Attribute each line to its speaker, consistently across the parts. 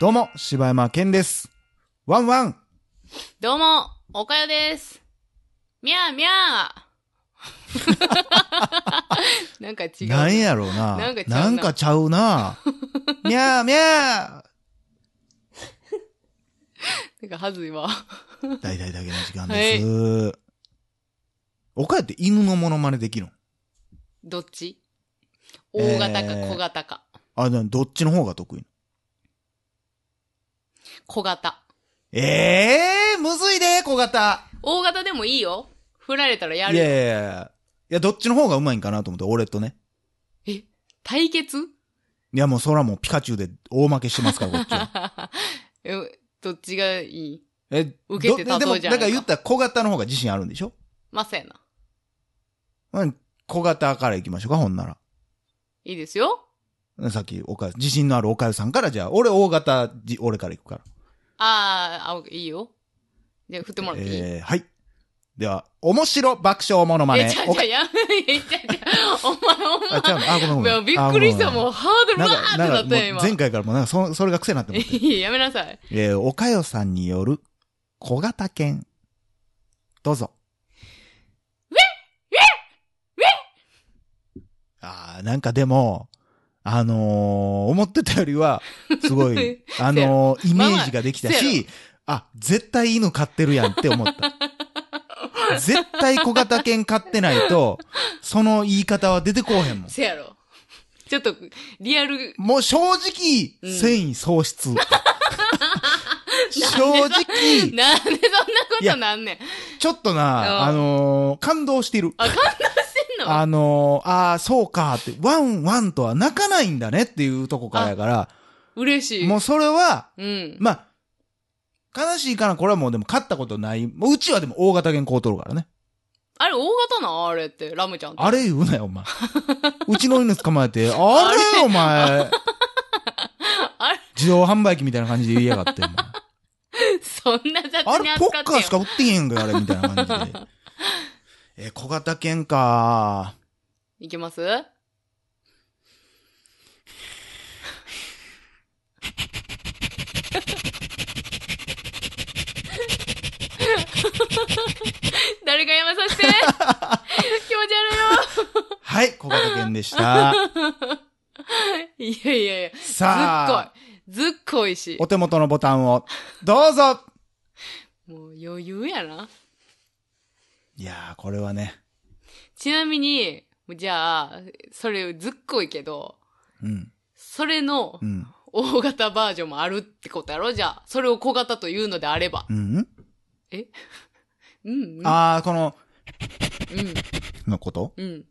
Speaker 1: どうも、柴山健です。ワンワン
Speaker 2: どうも、おかよです。みゃーみゃ ーなんか違う。
Speaker 1: なんやろうな。
Speaker 2: なんかちゃうな
Speaker 1: なんかちゃう な。みゃーみゃ
Speaker 2: なんかはずいわ。
Speaker 1: ー大々だけの時間です。岡谷って犬のモノマネできるの
Speaker 2: どっち
Speaker 1: えー
Speaker 2: 大型か小型か。
Speaker 1: あ、でもどっちの方が得意
Speaker 2: 小型。
Speaker 1: ええー、むずいで、小型。
Speaker 2: 大型でもいいよ。振られたらや
Speaker 1: いや
Speaker 2: る。
Speaker 1: いやいや。いや、どっちの方がうまいんかなと思って、俺とね。
Speaker 2: 対決
Speaker 1: いや、もうそらもうピカチュウで大負けしてますから、こっちは。
Speaker 2: えどっちがいい
Speaker 1: え、
Speaker 2: 受けて
Speaker 1: ど
Speaker 2: 立とうじゃ
Speaker 1: でも、だ
Speaker 2: な
Speaker 1: か
Speaker 2: いから
Speaker 1: 言ったら小型の方が自信あるんでしょ
Speaker 2: まさやな。
Speaker 1: うん、小型から行きましょうか、ほんなら。
Speaker 2: いいですよ。
Speaker 1: うんさっき、おかゆ、自信のあるおかゆさんから、じゃあ、俺大型、じ俺から行くから。
Speaker 2: あー、あ、いいよ。じゃあ振ってもらっていい、
Speaker 1: え
Speaker 2: え
Speaker 1: ー、はい。では、面白爆笑モノマネ
Speaker 2: ち。ゃう
Speaker 1: お
Speaker 2: ち
Speaker 1: か
Speaker 2: ゃう、やめ、いやちゃうちゃう、お前
Speaker 1: あ、ちゃうのあ、ごめんご
Speaker 2: お
Speaker 1: め
Speaker 2: 前。
Speaker 1: ん。
Speaker 2: びっくりした、
Speaker 1: あごめんごめん
Speaker 2: もうハードルわーっ
Speaker 1: な
Speaker 2: てなんっ
Speaker 1: か、
Speaker 2: た
Speaker 1: な
Speaker 2: よ、
Speaker 1: ん
Speaker 2: 今
Speaker 1: か、。前回からもうなんか、そ、それが癖になっても
Speaker 2: い ややめなさい。
Speaker 1: えー、おかよさんによる、小型犬。どうぞ。あー、なんかでも、あのー、思ってたよりは、すご
Speaker 2: せ
Speaker 1: い
Speaker 2: や、
Speaker 1: あのー、イメージができた
Speaker 2: まあまあせ
Speaker 1: し、あ、絶対犬飼ってるやんって思った。 絶対小型犬飼ってないと、その言い方は出てこうへんもん。
Speaker 2: せやろ。ちょっと、リアル、
Speaker 1: もう正直、
Speaker 2: うん
Speaker 1: 繊維喪 失。正直、
Speaker 2: なんでそんなことなんねん。
Speaker 1: ちょっとな、あ
Speaker 2: うん
Speaker 1: のー感動してる。
Speaker 2: あ、感動してんの
Speaker 1: あのーああ、そうかって、ワンワンとは泣かないんだねっていうとこからやから、
Speaker 2: 嬉しい。
Speaker 1: もうそれは、
Speaker 2: うん。
Speaker 1: まあ、悲しいかな、これはもうでも勝ったことない。もううちはでも大型犬こうとるからね。
Speaker 2: あれ、大型なんあれって、ラムちゃんって。
Speaker 1: あれ言うなよ、お 前。うちの犬捕まえて、 あれお前、
Speaker 2: あれ、
Speaker 1: 自動販売機みたいな感じで言いやがって、お前
Speaker 2: そんな雑
Speaker 1: あ
Speaker 2: に
Speaker 1: れ、
Speaker 2: 扱
Speaker 1: ポ
Speaker 2: って
Speaker 1: ッカーしか売ってへんが、あれ、みたいな感じで。え、小型犬か。
Speaker 2: い けますあ誰かやめさせて 気持ち
Speaker 1: はい、小型犬でした。
Speaker 2: 悪 いよいやいやいや。
Speaker 1: さあ、
Speaker 2: ずっこい。ずっこいし
Speaker 1: お。手元のボタンを、どうぞ
Speaker 2: もう余裕やな。
Speaker 1: いやー、これはね。
Speaker 2: ちなみに、じゃあ、それずっこいけど、
Speaker 1: うん。
Speaker 2: それの
Speaker 1: うん。
Speaker 2: 大型バージョンもあるってことやろじゃあ、それを小型というのであれば。
Speaker 1: うん
Speaker 2: うん、うん、
Speaker 1: あー、この、
Speaker 2: うん、
Speaker 1: のこと
Speaker 2: うん。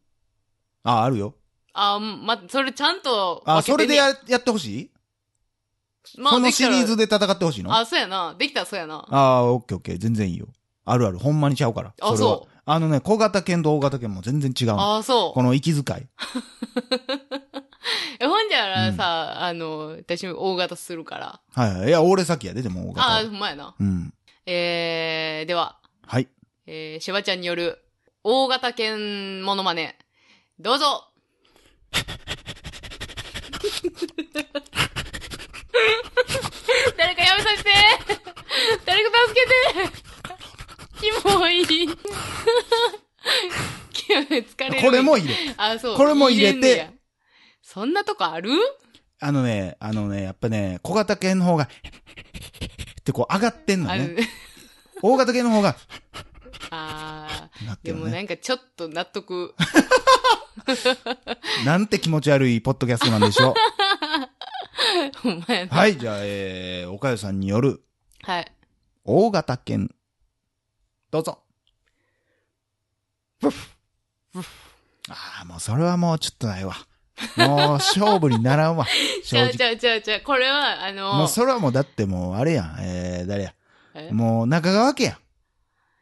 Speaker 1: あー、あるよ。
Speaker 2: あ、ま、それちゃんと
Speaker 1: あー、
Speaker 2: 分け
Speaker 1: そ
Speaker 2: て
Speaker 1: れ
Speaker 2: ね、
Speaker 1: でや、やってほしい
Speaker 2: まあ
Speaker 1: その
Speaker 2: でき
Speaker 1: シ
Speaker 2: たら
Speaker 1: リーズで戦ってほしいのあ
Speaker 2: あ、そうやな。できたらそうやな。
Speaker 1: ー、オッケーオッケー、全然いいよ。あるある、ほんまにちゃうから。
Speaker 2: あ、
Speaker 1: れは
Speaker 2: そう。
Speaker 1: あのね、小型犬と大型犬も全然違うの。
Speaker 2: あ、そう
Speaker 1: こ。の息遣い。
Speaker 2: え、ほんじゃらさ、あの、私大型するから。
Speaker 1: はいはい。いや、俺先やで、でも大型
Speaker 2: あ、
Speaker 1: は。
Speaker 2: ほんまやな。
Speaker 1: うん。
Speaker 2: えー、では、
Speaker 1: はい。
Speaker 2: えー、しばちゃんによる、大型犬モノマネ。どうぞ 誰かやめさせて誰か助けてキモいキモい疲れる。
Speaker 1: これも入れ。
Speaker 2: あ、そう。
Speaker 1: これも入れて
Speaker 2: んねや。そんなとこある
Speaker 1: あのね、あのね、やっぱね、小型犬の方が、 ってこう上がってんの
Speaker 2: あ
Speaker 1: ね。
Speaker 2: る。
Speaker 1: 大型犬の方が、
Speaker 2: あー
Speaker 1: なって
Speaker 2: で
Speaker 1: る
Speaker 2: も
Speaker 1: ね。
Speaker 2: なんかちょっと納得。
Speaker 1: なんて気持ち悪いポッドキャストなんで しょう。
Speaker 2: ほんまやな。
Speaker 1: はい、じゃあ、えー、おかゆさんによる、
Speaker 2: はい。
Speaker 1: 大型犬。どうぞ。ああ、もうそれはもうちょっとないわ。もう勝負にならんわ。
Speaker 2: ち
Speaker 1: 正
Speaker 2: ゃう
Speaker 1: 直
Speaker 2: ち。ゃうちゃうちゃう。これは、あの、
Speaker 1: もうそれはもうだってもうあれやん。えー、誰や。
Speaker 2: え
Speaker 1: もう中川家や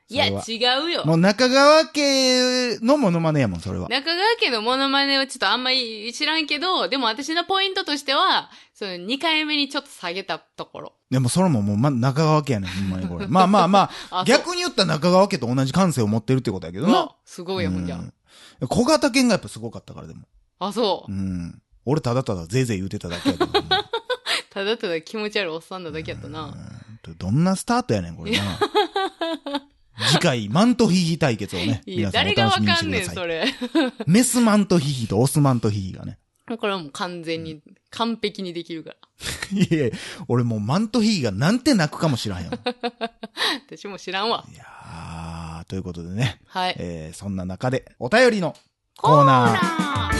Speaker 2: いや、
Speaker 1: それは
Speaker 2: 違うよ
Speaker 1: ん。も。う中川家のモノマネやもん、それは。
Speaker 2: 中川家のモノマネはちょっとあんまり知らんけど、でも私のポイントとしては、その2回目にちょっと下げたところ。
Speaker 1: でもそれももう、ま、中川家やねん、ほんまにこれ。まあまあまあ、
Speaker 2: あそう
Speaker 1: 逆に言ったら中川家と同じ感性を持ってるってことやけど
Speaker 2: うわ
Speaker 1: な。
Speaker 2: すごいよ、ほんじゃ
Speaker 1: う。ん小型犬がやっぱすごかったからでも。
Speaker 2: あ、そう
Speaker 1: う。ん。俺ただただぜいぜい言うてただけや けどな
Speaker 2: ただただ気持ち悪いおっさんだだけやった
Speaker 1: う
Speaker 2: な。
Speaker 1: んどんなスタートやねん、これ な。次回、マントヒヒ対決をね、
Speaker 2: いや、
Speaker 1: 皆さんお楽し
Speaker 2: 誰がわ
Speaker 1: みに
Speaker 2: か
Speaker 1: して
Speaker 2: ん
Speaker 1: く
Speaker 2: ねん、
Speaker 1: ださ
Speaker 2: そ
Speaker 1: い。
Speaker 2: れ。
Speaker 1: メスマントヒヒとオスマントヒヒがね。
Speaker 2: これはもう完全に、完璧にできるから。
Speaker 1: いやいや俺もうマントヒヒがなんて泣くかもしらん よ。
Speaker 2: 私も知らんわ。
Speaker 1: いやー、ということでね、
Speaker 2: はい。
Speaker 1: えーそんな中で、お便りのコーナー。
Speaker 2: ナー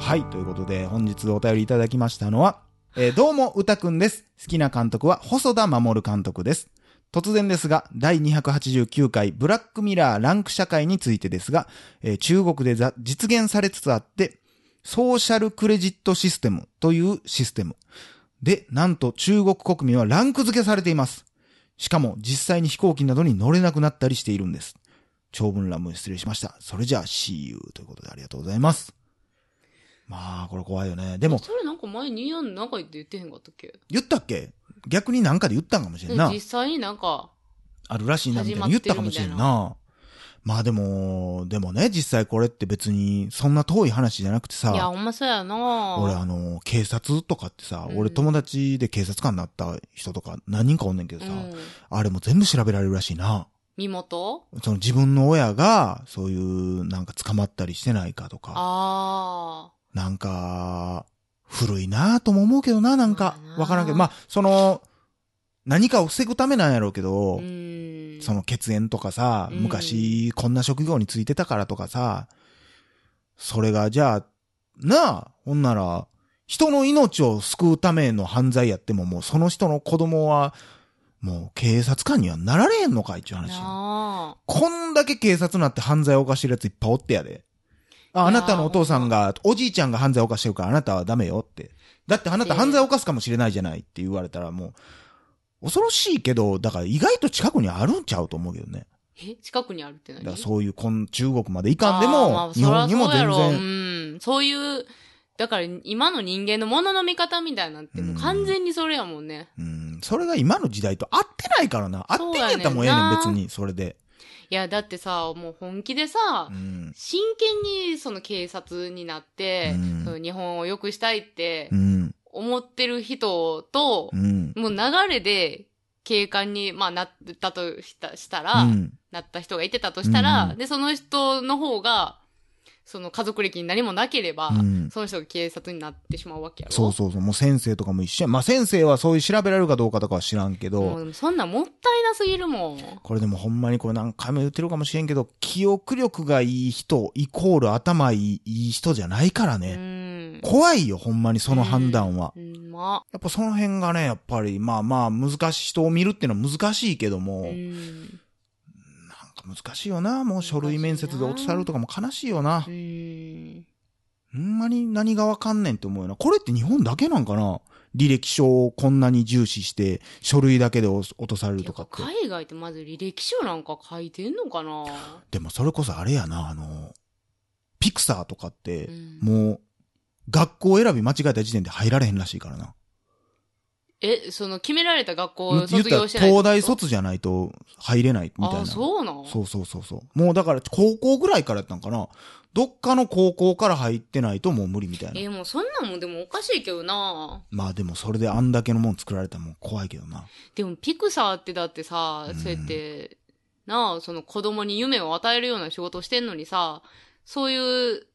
Speaker 1: はい、ということで、本日お便りいただきましたのは、えーどうも、歌くんです。好きな監督は、細田守監督です。突然ですが、第289回、ブラックミラーランク社会についてですが、えー中国でざ実現されつつあって、ソーシャルクレジットシステムというシステム。で、なんと中国国民はランク付けされています。しかも、実際に飛行機などに乗れなくなったりしているんです。長文乱文失礼しました。それじゃあ、See you ということでありがとうございます。まあ、これ怖いよね。でも、
Speaker 2: それなんか前にやんなんか言って言ってへんかったっけ
Speaker 1: 言ったっけ逆になんかで言ったんかもしれんな。
Speaker 2: 実際になんか、
Speaker 1: あるらしいな、みたいな言ったかもしれん
Speaker 2: 始
Speaker 1: な。まあでも、でもね、実際これって別に、そんな遠い話じゃなくて
Speaker 2: いや、
Speaker 1: さ、
Speaker 2: ほんまそうやな
Speaker 1: 俺あの、警察とかってさ、
Speaker 2: うん
Speaker 1: 俺友達で警察官になった人とか何人かおんねんけど
Speaker 2: う
Speaker 1: さ、
Speaker 2: ん。
Speaker 1: あれも全部調べられるらしいな。
Speaker 2: 身元
Speaker 1: その自分の親が、そういう、なんか捕まったりしてないかとか、
Speaker 2: あ
Speaker 1: なんか、古いなぁとも思うけどな、なんか
Speaker 2: まあ、な
Speaker 1: わからんけど、まあ、その、何かを防ぐためなんやろうけ
Speaker 2: あ。
Speaker 1: ど、
Speaker 2: うん。
Speaker 1: その血縁とかさ、
Speaker 2: うん
Speaker 1: 昔こんな職業についてたからとかさ、それがじゃあ、なあ、ほんなら、人の命を救うための犯罪やってももうその人の子供は、もう警察官にはなられへんのかいっていう話よ。
Speaker 2: なあ。
Speaker 1: こんだけ警察なって犯罪を犯してるやついっぱいおってやで。
Speaker 2: いや
Speaker 1: あ、
Speaker 2: ー
Speaker 1: あなたのお父さんが、おじいちゃんが犯罪を犯してるからあなたはダメよって。だってあなた
Speaker 2: ええ
Speaker 1: 犯罪を犯すかもしれないじゃないって言われたらもう、恐ろしいけど、だから意外と近くにあるんちゃうと思うけどね。
Speaker 2: え近くにあるって
Speaker 1: だから
Speaker 2: 何
Speaker 1: そういうこん中国まで行かんで
Speaker 2: あーま
Speaker 1: も、
Speaker 2: あ
Speaker 1: 日本にも
Speaker 2: そら
Speaker 1: 全
Speaker 2: そうやろ
Speaker 1: 然、
Speaker 2: うん。そういう、だから今の人間のものの見方みたいなんて、もう完全にそれやもんね。
Speaker 1: うん、それが今の時代と合ってないからな。合ってんやったらもうええ
Speaker 2: そうや
Speaker 1: ね
Speaker 2: ねん
Speaker 1: ん、
Speaker 2: な
Speaker 1: 別に、それで。
Speaker 2: いや、だってさ、もう本気でさ
Speaker 1: う、ん。
Speaker 2: 真剣にその警察になって、
Speaker 1: うん
Speaker 2: その日本を良くしたいって
Speaker 1: うん。
Speaker 2: 思ってる人と
Speaker 1: う、ん。
Speaker 2: もう流れで警官に、まあ、なったとしたしたら、
Speaker 1: うん。
Speaker 2: なった人がいてたとしたら、
Speaker 1: うん
Speaker 2: で、その人の方が、その家族歴に何もなければ、
Speaker 1: うん
Speaker 2: その人が警察になってしまうわけやろ。
Speaker 1: そうそうそう。もう先生とかも一緒や。まあ先生はそういう調べられるかどうかとかは知らんけど、
Speaker 2: もうそんなんもったいなすぎるもん。
Speaker 1: これでもほんまにこれ何回も言ってるかもしれんけど、記憶力がいい人イコール頭いいいい人じゃないから
Speaker 2: う
Speaker 1: ね。
Speaker 2: ん。
Speaker 1: 怖いよ、ほんまにその判断は。
Speaker 2: うん、ま
Speaker 1: やっぱその辺がね、やっぱり、まあまあ、難しい、人を見るっていうのは難しいけども、
Speaker 2: あ。
Speaker 1: な
Speaker 2: う
Speaker 1: ん
Speaker 2: ん。
Speaker 1: か難しいよな。もう書類面接で落とされるとかも悲しいよな。
Speaker 2: うん。
Speaker 1: ほんまに何がわかんねんって思うよな。これって日本だけなんかな履歴書をこんなに重視して、書類だけで落とされるとかって。
Speaker 2: 海外ってまず履歴書なんか書いてんのかな
Speaker 1: でもそれこそあれやな、あの、ピクサーとかって、
Speaker 2: うん
Speaker 1: もう、学校選び間違えた時点で入られへんらしいからな。
Speaker 2: え、その決められた学校
Speaker 1: 言
Speaker 2: を
Speaker 1: っ
Speaker 2: 卒
Speaker 1: たら
Speaker 2: 業してないって
Speaker 1: 東
Speaker 2: こと
Speaker 1: 大卒じゃないと入れないみたいな。
Speaker 2: あ、そうなの
Speaker 1: そうそうそうそう。もうだから高校ぐらいからやったんかな。どっかの高校から入ってないともう無理みたいな。
Speaker 2: え、もうそんなんもでもおかしいけどな
Speaker 1: まあでもそれであんだけのもん作られたらもう怖いけどな。
Speaker 2: でもピクサーってだってさ
Speaker 1: う、ん
Speaker 2: そうやって、なあ、その子供に夢を与えるような仕事をしてんのにさ、そういう、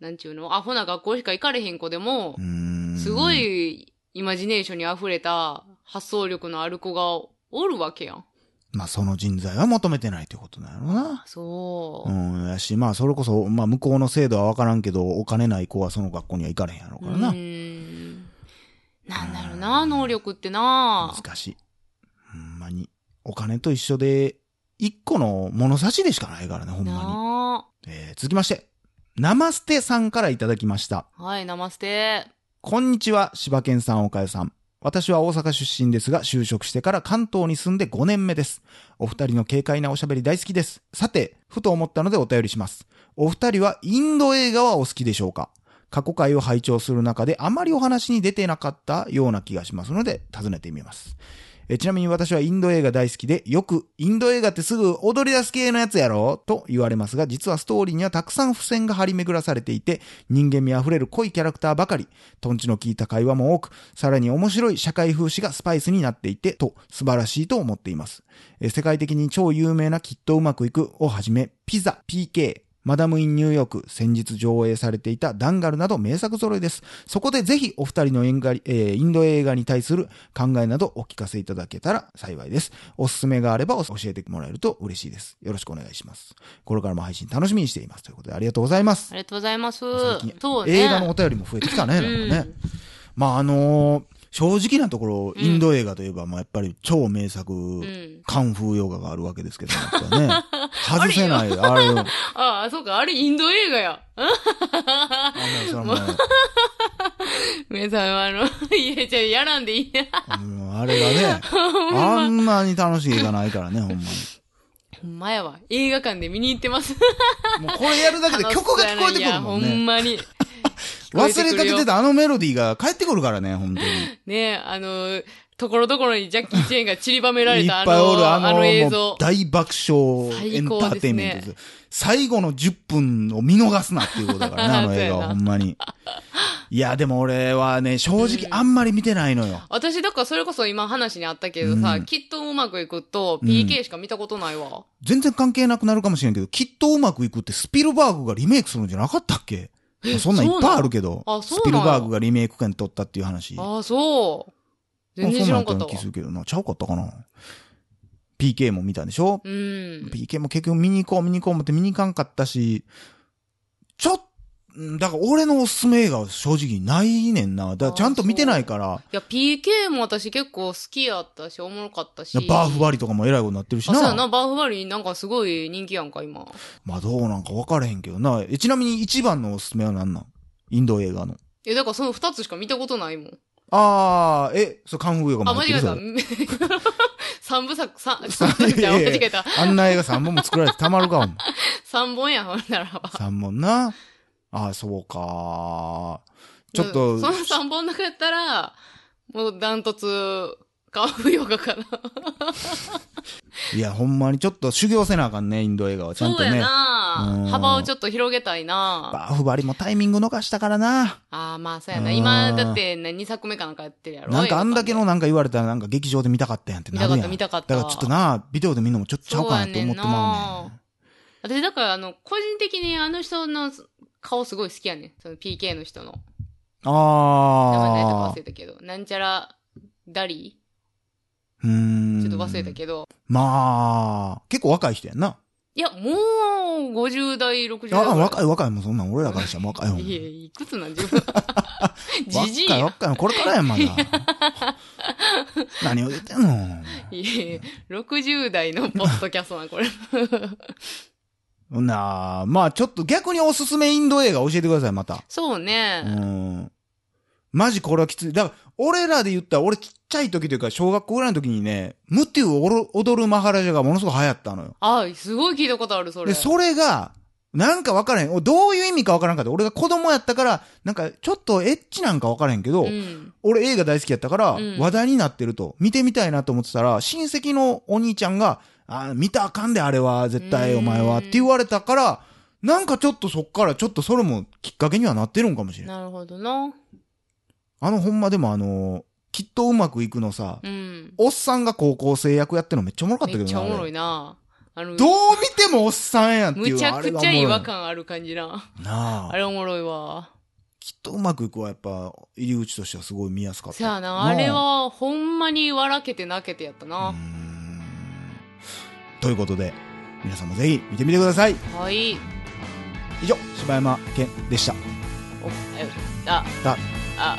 Speaker 2: なんちゅうの、アホな学校しか行かれへん子でも
Speaker 1: う、ーん。
Speaker 2: すご。いイマジネーションに溢れた発想力のある子がおるわけやん。
Speaker 1: まあその人材は求めてないということなんやろうな。
Speaker 2: そうう。
Speaker 1: ん、やし、まあそれこそ、まあ向こうの制度はわからんけど、お金ない子はその学校には行かれへんやろうからな。
Speaker 2: ん。なんだろうな、能力ってな。
Speaker 1: 難しい。ほんまに。お金と一緒で、一個の物差しでしかないからね、ほんま
Speaker 2: な
Speaker 1: に。えー、続きまして、ナマステさんからいただきました。
Speaker 2: あ。はい、ナマステ。
Speaker 1: こんにちは、柴犬さん、岡代さん。私は大阪出身ですが、就職してから関東に住んで5年目です。お二人の軽快なおしゃべり大好きです。さて、ふと思ったのでお便りします。お二人はインド映画はお好きでしょうか過去回を拝聴する中であまりお話に出てなかったような気がしますので、尋ねてみます。えちなみに私はインド映画大好きで、よく、インド映画ってすぐ踊り出す系のやつやろと言われますが、実はストーリーにはたくさん付箋が張り巡らされていて、人間味あふれる濃いキャラクターばかり、トンチの効いた会話も多く、さらに面白い社会風刺がスパイスになっていて、と、素晴らしいと思っています。え世界的に超有名なきっとうまくいくをはじめ、ピザ、PK、マダム・イン・ニューヨーク、先日上映されていたダンガルなど名作揃いです。そこでぜひお二人の演歌えーインド映画に対する考えなどお聞かせいただけたら幸いです。おすすめがあれば教えてもらえると嬉しいです。よろしくお願いします。これからも配信楽しみにしています。ということでありがとうございます
Speaker 2: あ。りがとうございます
Speaker 1: 最近。
Speaker 2: そうね。
Speaker 1: 映画のお便りも増えてきたね、なんかね。まああのー正直なところ、
Speaker 2: ん
Speaker 1: インド映画といえば、まあやっぱり超名作、
Speaker 2: ん
Speaker 1: カンフーヨガがあるわけですけど、やっぱね、外せない、あれを。
Speaker 2: ああ、そうか、あれインド映画や。
Speaker 1: あもうそれもう
Speaker 2: 皆さん、あの、 いや、じゃあやらんでいいや。
Speaker 1: うんあれがね、あんなに楽しい映画ないからね、ほんまに。
Speaker 2: ほんまやわ。映画館で見に行ってます。
Speaker 1: もうこれやるだけで曲が聞こえてくるもん
Speaker 2: いやほん
Speaker 1: ね。
Speaker 2: まに。
Speaker 1: 忘れかけて
Speaker 2: た。
Speaker 1: たあのメロディーが帰ってくるからね、本当に。
Speaker 2: ねえ、あの、ところどころにジャッキー・チェーンが散りばめられ、
Speaker 1: いったぱ
Speaker 2: あ
Speaker 1: いおる、
Speaker 2: の、
Speaker 1: あ
Speaker 2: あ
Speaker 1: の、
Speaker 2: の映
Speaker 1: もう
Speaker 2: 像。
Speaker 1: 大爆笑エ
Speaker 2: 最
Speaker 1: ンタ
Speaker 2: 高
Speaker 1: ーテインメントです。最後の10分を見逃すなっていうことだからね、 あの映画は、ほんまに。いや、でも俺はね、正直あんまり見てないのよ。
Speaker 2: 私、だからそれこそ今話にあったけどさ、
Speaker 1: うん
Speaker 2: きっとうまくいくと、
Speaker 1: うん
Speaker 2: PK しか見たことないわ。
Speaker 1: 全然関係なくなるかもしれんけど、きっとうまくいくってスピルバーグがリメイクするんじゃなかったっけそんなんいっぱいあるけど
Speaker 2: そうなのあ、そう
Speaker 1: ス
Speaker 2: なの
Speaker 1: ピルバーグがリメイク権取ったっていう話。
Speaker 2: ああ、そう。全然知らんかった
Speaker 1: あそうなんやよう
Speaker 2: わ
Speaker 1: な気。するけどな。ちゃうかったかな。PK も見たんでしょ、
Speaker 2: うん
Speaker 1: ?PK も結局見に行こう、見に行こう思って見に行かんかったし、ちょっうんだから俺のおすすめ映画は正直ないねんな。だからちゃんと見てないから、
Speaker 2: いや、PK も私結構好きやったし、おもろかったし。
Speaker 1: バーフ
Speaker 2: バ
Speaker 1: バリとかもえらいことになってるし
Speaker 2: あ、そうや
Speaker 1: な。
Speaker 2: な、バーフバリなんかすごい人気やんか、今。
Speaker 1: まあどうなんか分からへんけどな。えちなみに一番のおすすめは何なんインド映画の。
Speaker 2: え、だからその二つしか見たことないもん。
Speaker 1: あー、え、そう、カンフー映画も
Speaker 2: あ、
Speaker 1: 入
Speaker 2: 間
Speaker 1: って
Speaker 2: 違
Speaker 1: る
Speaker 2: え
Speaker 1: そ
Speaker 2: た
Speaker 1: れ。
Speaker 2: 三部作、 三、三部作じゃん
Speaker 1: いやい
Speaker 2: 間
Speaker 1: や
Speaker 2: 違えた。
Speaker 1: あんな映画3本も 作られてたまるか、お前。
Speaker 2: 三本やん、ほんならば。
Speaker 1: 3本な。あー、そうかちょっと、
Speaker 2: うんその三本の中やったら、もうダントツ、カンフーヨガかな。
Speaker 1: いや、ほんまにちょっと修行せなあかんね、インド映画は。ちゃん
Speaker 2: そ
Speaker 1: と
Speaker 2: うや
Speaker 1: ね。うん
Speaker 2: な幅をちょっと広げたいな
Speaker 1: バーフバリもタイミング逃したからな。
Speaker 2: ああ、まあ、そうやな。
Speaker 1: うん
Speaker 2: 今、だってね、二作目かなんかやってるやろ。
Speaker 1: なんかあんだけの
Speaker 2: 映
Speaker 1: なんか言われたらなんか劇場で見たかったやんってな
Speaker 2: 画
Speaker 1: るや
Speaker 2: 館
Speaker 1: ん。
Speaker 2: で見たかった、見たかっ
Speaker 1: だからち
Speaker 2: た。
Speaker 1: ょっとな、ビデオで見るのもちょっとちゃうかなと思ってまうねん。
Speaker 2: 私、だから、あの、個人的にあの人の顔すごい好きやねん。その PK の人の。名前何やったか
Speaker 1: あ
Speaker 2: 忘れたけど。なんちゃら、ダリ
Speaker 1: ー。うーん。
Speaker 2: ーちょっと忘れたけど。
Speaker 1: まあ、結構若い人やんな。
Speaker 2: いや、もう、50代、60
Speaker 1: あ
Speaker 2: 代。
Speaker 1: あ、若
Speaker 2: い。
Speaker 1: い若いもうそんなん俺らからしたら若いもん。
Speaker 2: いや、いくつなん自分。じじい
Speaker 1: 若い
Speaker 2: や。
Speaker 1: 若いこれからやん、まだ。何を言ってんの
Speaker 2: いやいや、60代のポッドキャストな、これ。
Speaker 1: ほんなあまあちょっと逆におすすめインド映画教えてください、また。
Speaker 2: そうね。
Speaker 1: うん。マジこれはきつい。だから、俺らで言ったら、俺ちっちゃい時というか、小学校ぐらいの時にね、ムテュをおろ踊るマハラジャがものすごく流行ったのよ。
Speaker 2: あ、すごい聞いたことある、それ。
Speaker 1: で、それが、なんかわからへん。おどういう意味かわからんかった。俺が子供やったから、なんかちょっとエッチなんかわからへんけど、
Speaker 2: うん。
Speaker 1: 俺映画大好きやったから
Speaker 2: うん、
Speaker 1: 話題になってると、見てみたいなと思ってたら、親戚のお兄ちゃんが、あー見たらあかんで、あれは、絶対
Speaker 2: うん
Speaker 1: お前は、って言われたから、なんかちょっとそっから、ちょっとそれもきっかけにはなってるんかもしれん。
Speaker 2: なるほどな。
Speaker 1: あのほんまでもあのーきっとうまくいくのさ、
Speaker 2: うん。
Speaker 1: おっさんが高校生役やってるのめっちゃおもろかったけ
Speaker 2: め
Speaker 1: どな。
Speaker 2: っちゃおもろい
Speaker 1: あ
Speaker 2: な。あの
Speaker 1: れどう見てもおっさんやんっていう。
Speaker 2: むちゃくちゃ
Speaker 1: あれがおも
Speaker 2: 違
Speaker 1: ろ
Speaker 2: 和
Speaker 1: い
Speaker 2: 感ある感じな。
Speaker 1: な
Speaker 2: あ
Speaker 1: あ。
Speaker 2: れおもろいわ。
Speaker 1: きっとうまくいくはやっぱ、入り口としてはすごい見やすかった。
Speaker 2: せやな、あれはほんまに笑けて泣けてやった
Speaker 1: あ。うー
Speaker 2: な。
Speaker 1: んということで、皆さんもぜひ見てみてください。
Speaker 2: はい。
Speaker 1: 以上、柴山健でした。
Speaker 2: お、あ、
Speaker 1: だ
Speaker 2: あ、